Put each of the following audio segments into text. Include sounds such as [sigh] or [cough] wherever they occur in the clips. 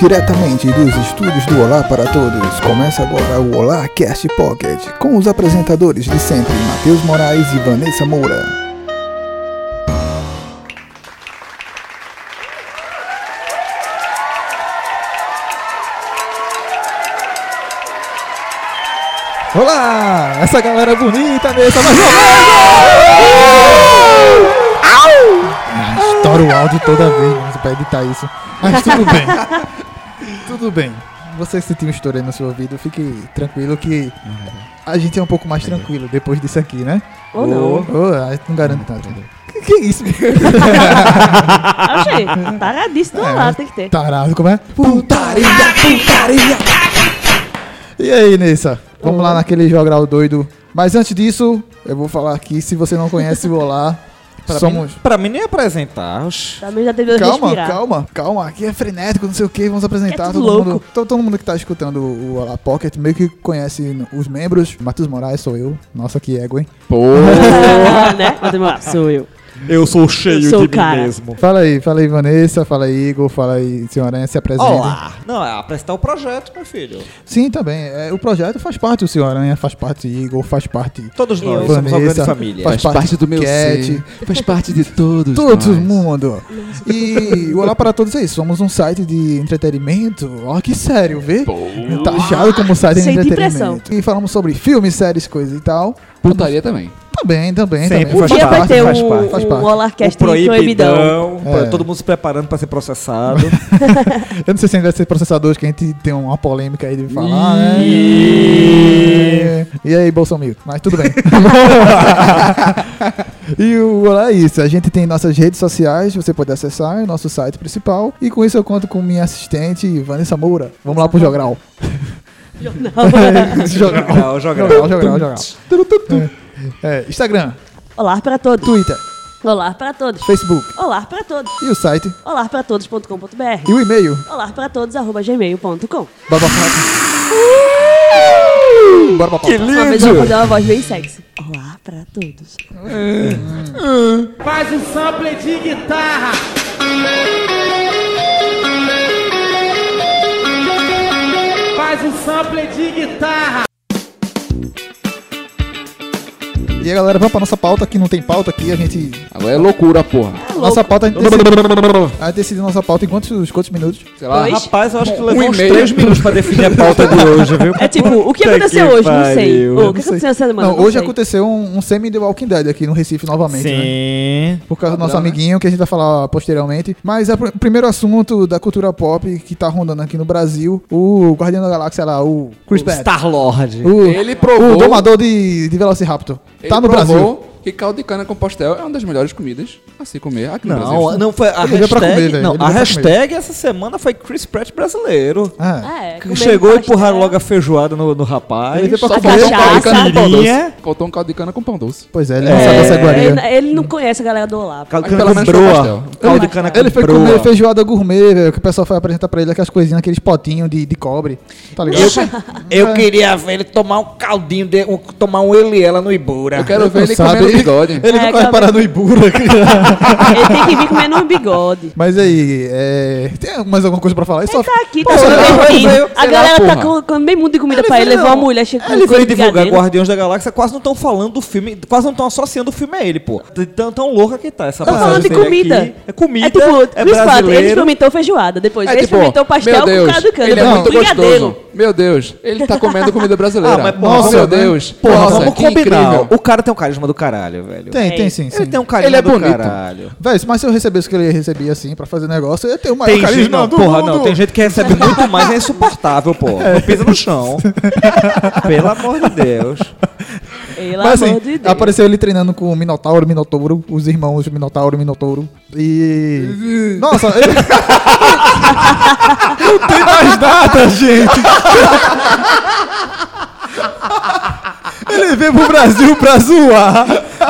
Diretamente dos estúdios do Olá para Todos, começa agora o Olá Cast Pocket, com os apresentadores de sempre, Matheus Moraes e Vanessa Moura. Olá! Essa galera é bonita mesmo, é, mais uma vez! Ah, Estoura o áudio toda vez, mano, pra editar isso. Mas tudo bem. [laughs] tudo bem. Você sentiu um estouro aí no seu ouvido, fique tranquilo que a gente é um pouco mais tranquilo depois disso aqui, né? Ou não. Oh, a gente não garante nada. Que, que isso? Achei. Paradíssimo É, é, lá, tem que Tá. ter. Tarado, como é? Putaria, putaria! E aí, Nessa? Vamos lá naquele jogral doido. Mas antes disso, eu vou falar aqui, se você não conhece o Olá, Pra, somos... mim, pra mim nem apresentar. Oxi. Também já teve dois Calma, respirar. calma, calma. Aqui é frenético, não sei o que. Vamos apresentar É tudo todo louco. mundo. to- Todo mundo que tá escutando o o Olá Pocket meio que conhece os membros. Matheus Moraes sou eu. Nossa, que ego, hein? [laughs] né? Mas, meu, sou eu. Eu sou cheio Eu sou o de cara. mim mesmo. Fala aí, fala aí, Vanessa. Fala aí, Igor. Fala aí, senhora. Se apresenta. Olá! Não, é apresentar o projeto, meu filho. Sim, também. É, o projeto faz parte do Senhor Aranha, faz parte do Igor, faz parte Todos nós Eu. somos uma Vanessa, grande família. faz- Faz parte, parte do meu Cat. ser. Faz parte de todos todo nós. mundo. E o Olá para Todos é isso. Somos um site de entretenimento. Ó, que sério, vê? Tá achado como site de Senti entretenimento. E falamos sobre filmes, séries, coisas e tal. Putaria também. Também, também, Sempre também. Um Faz dia vai parte, ter faz um, parte, faz um parte. Olarcast o proibidão. É. pra Todo mundo se preparando pra ser processado. Eu não sei se ainda vai ser processador, acho que a gente tem uma polêmica aí de falar, né? É. E aí, Bolsonaro? Mas tudo bem. [laughs] e o Olá é isso. A gente tem nossas redes sociais, você pode acessar, é o nosso site principal. E com isso eu conto com minha assistente, Vanessa Moura. Vamos lá pro Jogral. [laughs] Jogral. [laughs] Não, joga. Jogral, Jogral, Jogral. É, Instagram, Olá pra todos. Twitter, Olá pra todos. Facebook Olá pra todos. e o site. Olá pra todos.com.br. E o e-mail. Olá pra todos, arroba gmail.com. Bora pra pauta. Bora pra pauta. Que Uma vez eu vou lindo! fazer uma voz bem sexy. Olá pra todos. Faz um sample de guitarra. Faz um sample de guitarra. E aí, galera, vamos pra nossa pauta, que não tem pauta aqui, a gente... Agora é loucura, porra. Nossa pauta, a gente decidiu, a gente decidiu nossa pauta em quantos, quantos minutos? Sei lá. Dois. Rapaz, eu acho que Um levou e uns meio. três minutos pra definir a pauta de hoje, [laughs] viu? É tipo, o que Puta aconteceu hoje? Não sei. pariu. Ô, O que aconteceu essa semana? não, hoje sei. aconteceu um, um semi The Walking Dead aqui no Recife novamente, né? Sim. Por causa do nosso Padrão, né? amiguinho, que a gente vai falar posteriormente. Mas é o pr- primeiro assunto da cultura pop que tá rondando aqui no Brasil, o Guardião da Galáxia lá, o Chris Pratt. Star-Lord. O, Ele provou- o domador de, de Velociraptor. Ele tá no provou Brasil. que caldo de cana com pastel é uma das melhores comidas a se comer aqui no Brasil. Não, não foi a Ele veio pra hashtag. comer, velho. não, Ele a veio pra hashtag essa semana foi Chris Pratt brasileiro. Ah, Ah, é, Que comendo chegou e empurraram pastel. logo a feijoada no, no rapaz. Ele veio pra Só a faltou um caldo cachaça. de cana com pão Mirinha. doce. Faltou um caldo de cana com pão doce. pois é, ele não sabe É. essa iguaria. né? Ele, ele não conhece a galera do Olá. Caldo Mas de pelo cana menos com foi broa. pastel. Caldo de cana com Ele foi broa. comer feijoada gourmet, velho, que o pessoal foi apresentar pra ele aquelas coisinhas, aqueles potinhos de, de cobre. Tá ligado? Eu queria ver ele tomar um caldinho, de, um- tomar um Eliela no Ibura. Eu quero ver Não ele sabe. comendo bigode. Ele É, não vai aquela- parar no Ibura. Ele tem que vir comendo um bigode. Mas aí, é... tem mais alguma coisa pra falar? É só- Ele tá aqui, Pô, tá sendo ele- bem veio- bonito. sei A lá, galera tá porra. colocando bem muito de comida Ele pra ele. veio- Levou a mulher cheia com Ele com veio divulgar brigadeiro. Guardiões da Galáxia, quase não estão falando do filme, quase não estão associando o filme a ele, pô. De Tão, tão louca que tá essa Tá passagem falando de dele comida. aqui. É comida, É tipo, é Chris Pratt, ele brasileiro. experimentou feijoada, depois É ele tipo, experimentou pastel meu com Deus, caldo de cana, ele é depois muito brigadeiro. gostoso. Meu Deus, ele tá comendo comida brasileira. Ah, mas porra, Nossa, meu né? Deus. Porra, Nossa, vamos que combinar. incrível. O cara tem um carisma do caralho, velho. Tem, tem Tem. sim, sim. Ele tem um carisma Ele é do bonito. caralho. Véi, mas se eu recebesse o que ele recebia, assim, pra fazer negócio, eu ia ter o maior Tem carisma gente, não, do porra, mundo. não. Tem gente que recebe muito mais, é insuportável, pô. Não pisa no chão. [laughs] Pelo amor de Deus. Pelo Mas assim, amor de Deus. apareceu ele treinando com o Minotauro, Minotouro, os irmãos Minotauro, Minotouro. E. Nossa, ele. [laughs] Não tem mais nada, gente! Ele veio pro Brasil pra zoar.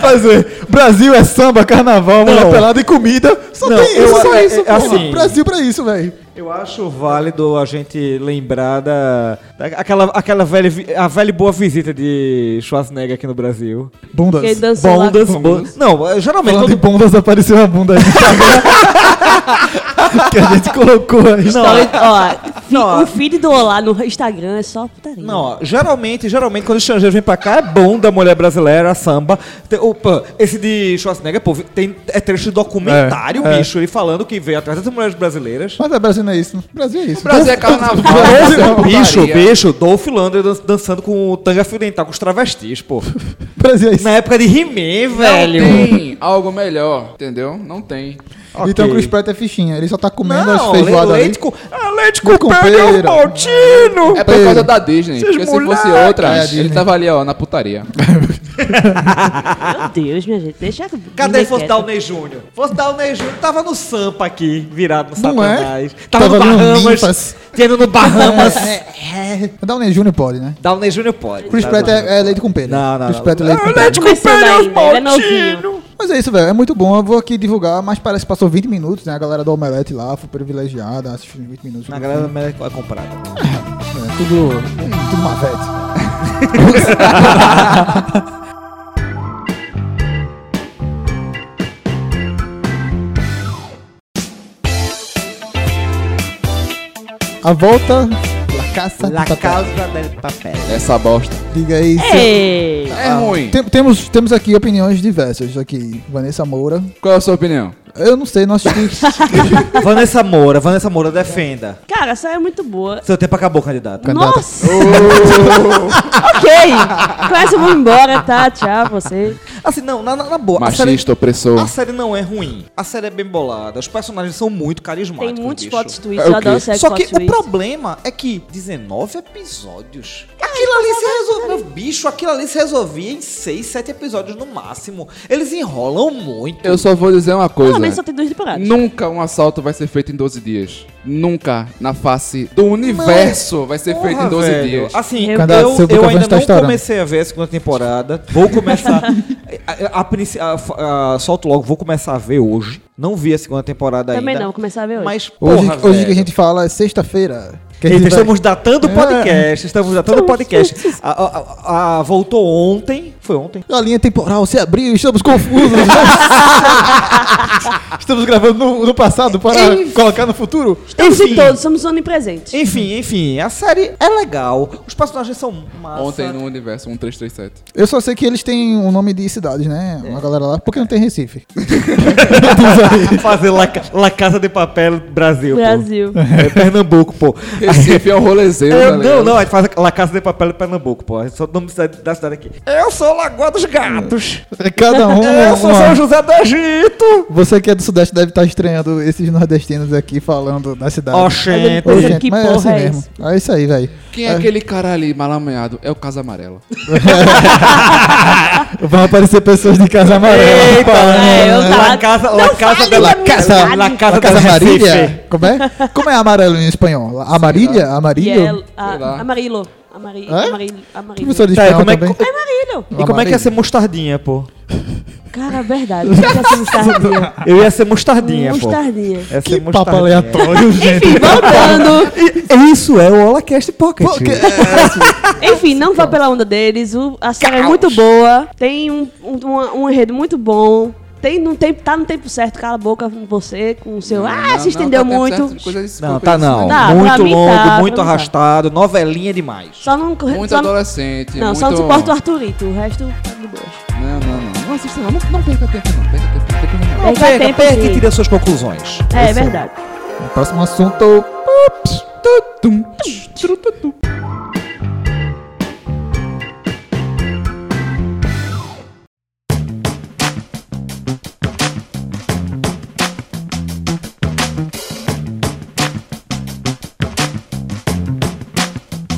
Fazer. Brasil é samba, carnaval, mulher Não. pelada e comida. Só Não, tem isso, eu- só é- isso, é- porra. assim- Brasil pra isso, velho. Eu acho válido a gente lembrar da. da- aquela, aquela velha, vi- a velha e boa visita de Schwarzenegger aqui no Brasil. Bundas. Ele dançou lá. Bondas, bondas. Não, eh, geralmente Falando em quando, [laughs] bundas, apareceu uma bunda aí. que a gente colocou aí. é- Story, é- ó, fi- Não. o feed do Olá no Instagram é só putaria. Não, ó, geralmente, geralmente quando estrangeiro vem pra cá é bom da mulher brasileira, samba. Tem- opa, esse de Schwarzenegger, pô, tem, é trecho de documentário, É, é. bicho, ele falando que veio atrás das mulheres brasileiras. Mas o Brasil não é isso. O Brasil é isso. Brasil é carnaval. Ah, Brasil é Dolph, putaria. bicho, bicho, Dolph Lander dan- dançando com o tanga fio dental com os travestis, pô. O [laughs] Brasil é isso. Na época de He-Man, velho. Não tem algo melhor, entendeu? Não tem. Então Ok. Cruz Preto é fichinha. Ele só tá comendo as Não, feijoadas le- ali. leite com... Ah, leite com Leite com pera é um pera. maltino. É por causa da Disney. Vocês Porque se fosse moleque. outra, É, ele Disney. tava ali, ó, na putaria. ah, Meu Deus, minha gente. Deixa. Cadê Disney fosse um quieto. Downey Jr.? Fosse Downey Jr. tava no Sampa aqui, virado no Não Satanás. é? Tava, no Tava no Bahamas. Ninfas. Tendo [laughs] no Bahamas. Downey Jr. pode, né? Downey Jr. pode. Cruz tá Preto bom. é, é leite com pera. Não, não, Cruz não. Preto é leite com pera. Começando ainda, ele é novinho. Mas é isso, velho. É muito bom. Eu vou aqui divulgar, mas parece que passou 20 minutos, né? A galera do Omelete lá foi privilegiada, assistiu 20 minutos. Na galera é comprada. É, tudo, tudo mavete. [laughs] A volta, La Casa de Papel. del Papel. Essa bosta. Diga aí, seu- Ei! É ruim. Tem- temos, temos aqui opiniões diversas aqui. Vanessa Moura. Qual é a sua opinião? Eu não sei, não assisti. Vanessa Moura, Vanessa Moura, defenda. Cara, essa é muito boa. Seu tempo acabou, candidato. Candidata. Nossa! [laughs] ok! Com essa eu vou embora, tá? Tchau, você. Assim, não, na, na- na boa. a série- Machista, opressor. A série não é ruim. A série é bem bolada. Os personagens são muito carismáticos. Tem muitos bicho. plot É twists, o eu quê? adoro sexo Só que plot o twist. problema é que 19 episódios. Aquilo ali se resolveu. Bicho, aquilo ali se resolvia em 6, 7 episódios no máximo. Eles enrolam muito. Eu só vou dizer uma coisa. Pelo menos só tem duas temporadas. Nunca um assalto vai ser feito em 12 dias. Nunca na face do universo vai ser feito em 12 velho. dias. Assim, eu, Eu- Candidato, seu eu microfone ainda está não estourando. comecei a ver a segunda temporada. Vou [laughs] começar. a, a, princi- a, a- solto logo, vou começar a ver hoje. Não vi a segunda temporada Também ainda. não, vou começar a ver hoje. é, né? Mas, Hoje, [laughs] porra, hoje que a velho. gente fala é sexta-feira. Que a Eita, gente vai- É. estamos datando o podcast, [laughs] estamos datando o podcast. A, a- a- a- voltou ontem, foi ontem. A linha temporal se abriu, estamos [laughs] confusos. né? estamos gravando no, no passado para colocar no futuro. Estamos Enfim. em todos, somos um onipresentes. Enfim, enfim, a série é legal, os personagens são massa. Ontem né? no universo 1337. Eu só sei que eles têm um nome de cidades, né? É. Uma galera lá. Por que não tem Recife? [laughs] Fazer La, Ca- La Casa de Papel Brasil, pô. Brasil. É Pernambuco, pô. Recife é um rolezeiro, É, tá não, né? ligado? não, a gente faz a La Casa de Papel Pernambuco, pô. É só o nome da cidade, da cidade aqui. Eu sou Lagoa dos Gatos. É Cada [laughs] Hum, um. Eu sou São uma- José do Egito. Você que é do Sudeste deve estar estranhando esses nordestinos aqui falando da Ah. cidade. Oxente. Ô, Coisa que mas é porra assim é mesmo. É isso aí, velho. Quem é aquele cara ali malamanhado? É o Casa Amarela. Vão aparecer pessoas de casa amarela. Eita, né? é, eu La tava- Casa, La Não Casa fale de da La minha Casa, cidade. La Casa, A casa do Recife. Marília? Como é? Como é amarelo em espanhol? Amarilha? E Amarilho? é Sei lá. a- amarilo. Amarilo. Hã? Amarilo. Amarilo. Professor de Tá, e espanhol como é que- também? É amarelo. E como é que ia ser mostardinha, pô? Cara, é verdade. Você tá quer ser mostardinha? Eu ia ser mostardinha, pô. Mostardinha. Ia ser Que papo mostardinha. aleatório, gente. Enfim, voltando. Isso é o Holacast Pocket. Enfim, não vá pela onda deles. o- a série é muito boa. Tem um, um, uma- um enredo muito bom. Tem no tempo, tá no tempo certo, cala a boca com você, com o seu. ah, se estendeu tá tendo muito. certas coisas- Não, tá não. coisas- Tá, pra muito mim tá, longo, pra mim muito tá. arrastado, novelinha demais. Só não corre- Muito só não- adolescente. Não, muito... só não suporta o Arthurito. O resto tá de boa. Não, não, não. Não assista, não. Não, não perca tempo, não. Perca tempo. Perca tempo não. Não, já tem pra e gente. tire as suas conclusões. É, é verdade. Próximo assunto.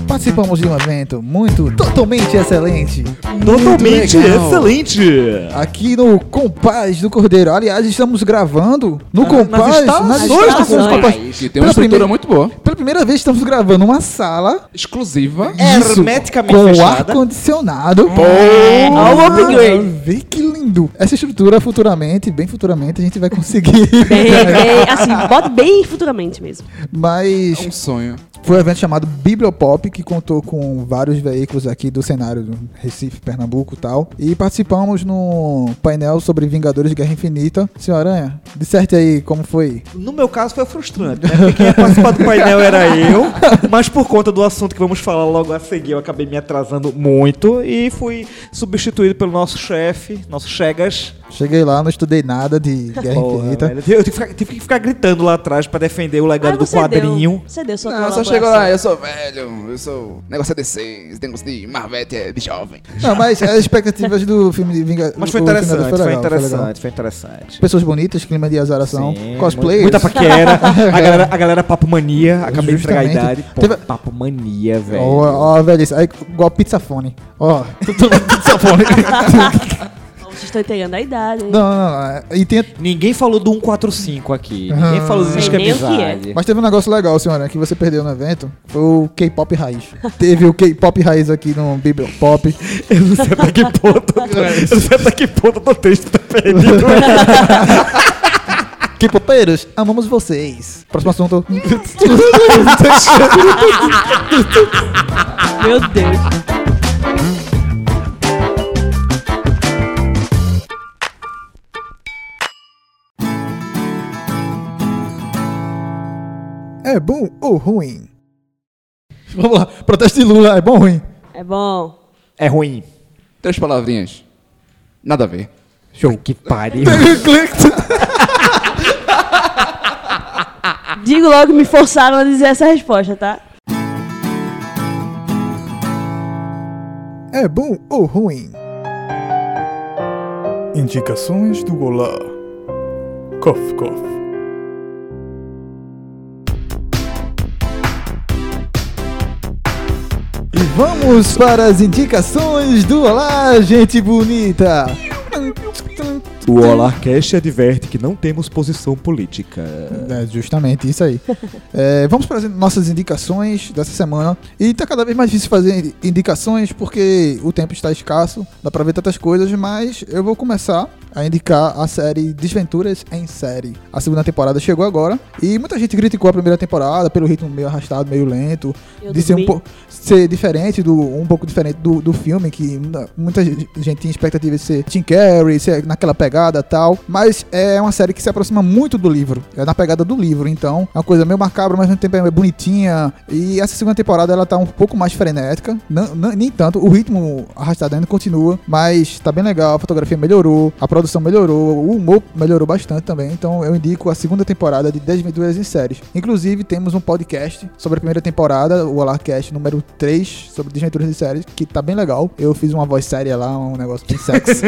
Participamos de um evento muito, totalmente excelente Totalmente legal. excelente. aqui no Compaz do Cordeiro. Aliás, estamos gravando no Compaz, instalações nas do instalações do Compaz. Compaz. E tem uma Pela estrutura primeira- muito boa. Pela primeira vez estamos gravando uma sala Exclusiva. É. isso, Hermeticamente com fechada. É. Ah, ar condicionado. Olha o upgrade. Vê que lindo. Essa estrutura futuramente, bem futuramente, a gente vai conseguir. [laughs] Bem, bem, assim, bota bem futuramente mesmo. É Mas um sonho. Foi um evento chamado Bibliopop, que contou com vários veículos aqui do cenário do Recife, Pernambuco e tal. E participamos num painel sobre Vingadores Guerra Infinita. Senhor Aranha, disserte aí como foi. No meu caso foi frustrante, né? Porque quem ia participar do painel era eu, mas por conta do assunto que vamos falar logo a seguir, eu acabei me atrasando muito e fui substituído pelo nosso chefe, nosso Chegas. Cheguei lá, não estudei nada de Guerra Porra, Infinita. velho. Eu tive que, ficar, tive que ficar gritando lá atrás pra defender o legado Mas do Ah, você quadrinho. Deu, você deu sua Não, eu só colaboração. chego lá, eu sou velho, eu sou. o Negócio é DC, esse negócio de Marvete é de jovem. Não, mas as expectativas do filme de Vingadores. Mas foi interessante, foi, interessante, foi interessante. Pessoas bonitas, clima de azaração, Sim, cosplayers. Muita paquera. [laughs] a, galera, a galera papo mania. Acabei de entregar É. a Justamente. idade. Pô, Teve- Papo mania, velho. Ó, ó, velhice. Aí, igual pizzafone. [laughs] Ó, tudo pizzafone. Vocês estão entregando a idade, hein? [laughs] não, não, não. é, E tem, Ninguém falou do 145 aqui. Ah. Ninguém falou dos Sei nem o que é. escamizade. Mas teve um negócio legal, senhora, que você perdeu no evento. Foi o K-pop [laughs] raiz. teve o K-pop raiz aqui no Bibliopop. Eu não sei até que [laughs] ponto. É Eu não sei até que ponto do texto tá [laughs] perdido. K-popeiros, amamos vocês. Próximo [laughs] assunto. Meu Deus. é bom ou ruim? Vamos lá. Protesto de Lula, é bom ou ruim? É bom. É ruim. Três palavrinhas. Nada a ver. Show. Que pariu. Digo logo que me forçaram a dizer essa resposta, tá? É bom ou ruim? Indicações do Olá. Cof, cof. E vamos para as indicações do Olá, gente bonita. O Olarcast adverte que não temos posição política. É justamente isso [laughs] aí. É, vamos para as nossas indicações dessa semana. E tá cada vez mais difícil fazer indi- indicações porque o tempo está escasso, dá pra ver tantas coisas, mas eu vou começar a indicar a série Desventuras em Série. A segunda temporada chegou agora e muita gente criticou a primeira temporada pelo ritmo meio arrastado, meio lento, Eu de ser um dormi. pouco ser diferente do um pouco diferente do, do filme que muita- muita gente tinha expectativa de ser Tim Carrey, ser naquela pegada tal, mas é uma série que se aproxima muito do livro, é na pegada do livro, então é uma coisa meio macabra, mas ao mesmo tempo é bonitinha. E essa segunda temporada ela tá um pouco mais frenética, não- não- nem tanto, o ritmo arrastado ainda continua, mas tá bem legal, a fotografia melhorou, a produção melhorou, o humor melhorou bastante também, então eu indico a segunda temporada de Desventuras em Séries. Inclusive temos um podcast sobre a primeira temporada, o Olarcast número 3, sobre Desventuras em Séries, que tá bem legal. Eu fiz uma voz séria lá, um negócio bem sexy.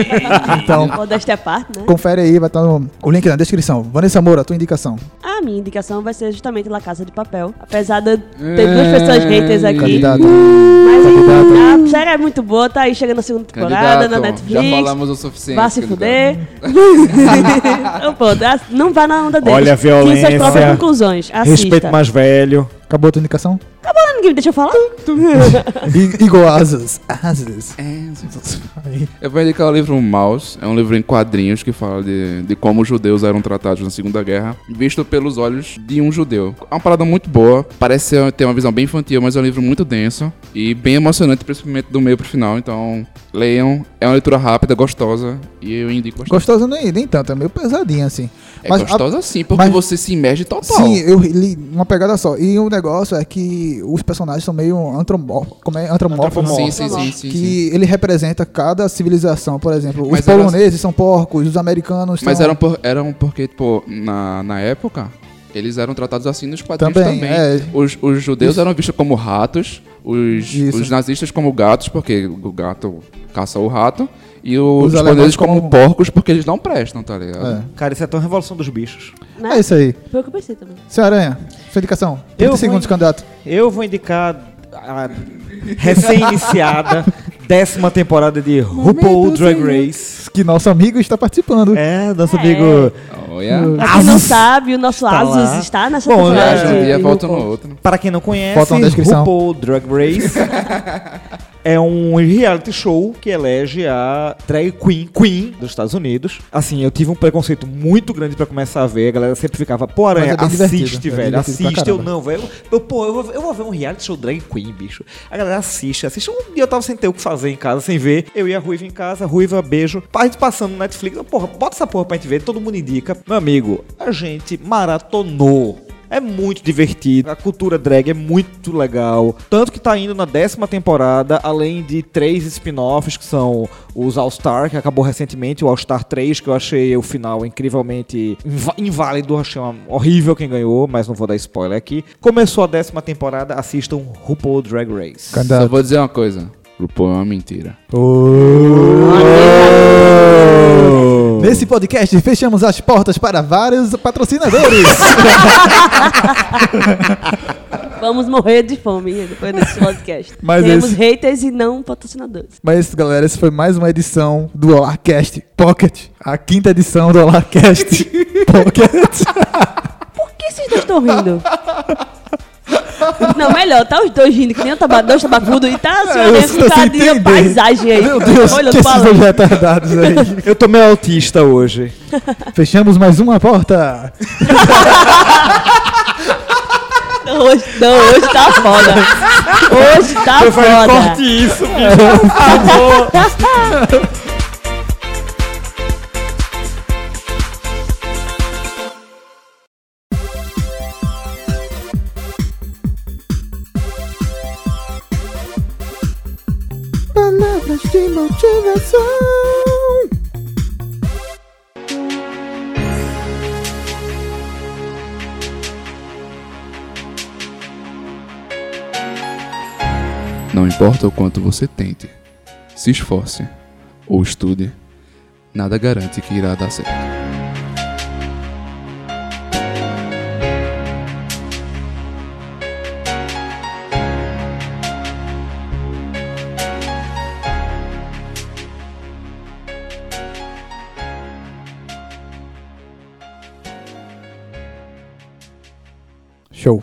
então, Modéstia à parte, né? confere aí, vai estar no, o link na descrição. Vanessa Moura, tua indicação. A minha indicação vai ser justamente La Casa de Papel. Apesar de eu ter duas pessoas haters aqui. Candidato. Mas Candidato. a série é muito boa, tá aí chegando a segunda temporada Candidato, na já Netflix. falamos o suficiente. Vá se candidato. fuder. [laughs] Então, pô, dá- não vá na onda deles. Olha a Tire suas próprias violência. conclusões. Assista. Respeito mais velho. Acabou a tua indicação? Ah, Ninguém me deixa falar. I- Igor Asas. Asas. É. Eu vou indicar o livro Maus, é um livro em quadrinhos que fala de, de como os judeus eram tratados na Segunda Guerra, visto pelos olhos de um judeu. É uma parada muito boa, parece ser- ter uma visão bem infantil, mas é um livro muito denso e bem emocionante, principalmente do meio pro final, então leiam. É uma leitura rápida, gostosa e eu indico bastante. Gostosa nem, nem tanto, é meio pesadinha assim. É Mas a- gostosa sim, porque mas- você se imerge total. Sim, eu li uma pegada só. E o negócio é que os personagens são meio antromórficos. Como é? Antropomórficos. sim, sim, sim, sim, sim. que ele representa cada civilização, por exemplo, os Mas elas- poloneses são porcos, os americanos Mas são... eram, por- eram porque, tipo, na, na época, eles eram tratados assim nos quadrinhos Também, também. é. Os, os judeus eram vistos como ratos, os, Isso. os nazistas como gatos, porque o gato caça o rato, e Os os, alemães japoneses como... como- porcos, porque eles não prestam, tá ligado? É. Cara, isso é tão revolução dos bichos. É isso aí. Né? Foi o que eu pensei também. Senhor Aranha, sua indicação. 30 Eu vou segundos, em- candidato. Eu vou indicar a recém-iniciada [laughs] décima temporada de RuPaul Drag Race. Que nosso amigo está participando. É, nosso É. amigo. Olha. Pra quem não Asus. sabe, o nosso Tá Asus lá. está nessa Bom, temporada. é. Viaja um de- dia, de volta no RuPaul. outro. Para quem não conhece, Foto na descrição. RuPaul Drag Race é um reality show que elege a drag queen queen dos Estados Unidos. Assim, eu tive um preconceito muito grande pra começar a ver. A galera sempre ficava, pô, Aranha, Mas é bem assiste, divertido, é velho, divertido pra assiste. Eu caramba. não, velho. Eu, pô, eu vou, eu vou ver um reality show drag queen, bicho. A galera assiste, assiste. Um dia eu tava sem ter o que fazer em casa, sem ver. Eu e a Ruiva em casa, Ruiva, beijo. A gente passando no Netflix, eu, porra, bota essa porra pra gente ver, todo mundo indica. Meu amigo, a gente maratonou. É muito divertido. A cultura drag é muito legal. Tanto que tá indo na décima temporada, além de três spin-offs, que são os All-Star, que acabou recentemente, o All-Star 3, que eu achei o final incrivelmente inv- inválido, achei uma- horrível quem ganhou, mas não vou dar spoiler aqui. Começou a décima temporada, assistam RuPaul Drag Race. Só Candidato. vou dizer uma coisa. RuPaul é uma mentira. Nesse podcast, fechamos as portas para vários [laughs] patrocinadores. Vamos morrer de fome depois desse [laughs] podcast. Mas Temos esse- haters e não patrocinadores. Mas, galera, essa foi mais uma edição do Olarcast Pocket. A quinta edição do [laughs] Olarcast Pocket. Por que vocês dois estão rindo? Não, melhor, tá os dois rindo, que nem o taba, dois tabacudo e tá assim, olhando Vocês com estão sem cara de entender. paisagem aí. Meu Deus, olhando que pra esses [laughs] lá. dois retardados aí. Eu tô meio autista hoje. Fechamos mais uma porta. Não, hoje, não, hoje tá foda. Hoje tá eu falei, foda. corte isso, bicho. Palavras de motivação. Não importa o quanto você tente, se esforce ou estude, nada garante que irá dar certo. Show.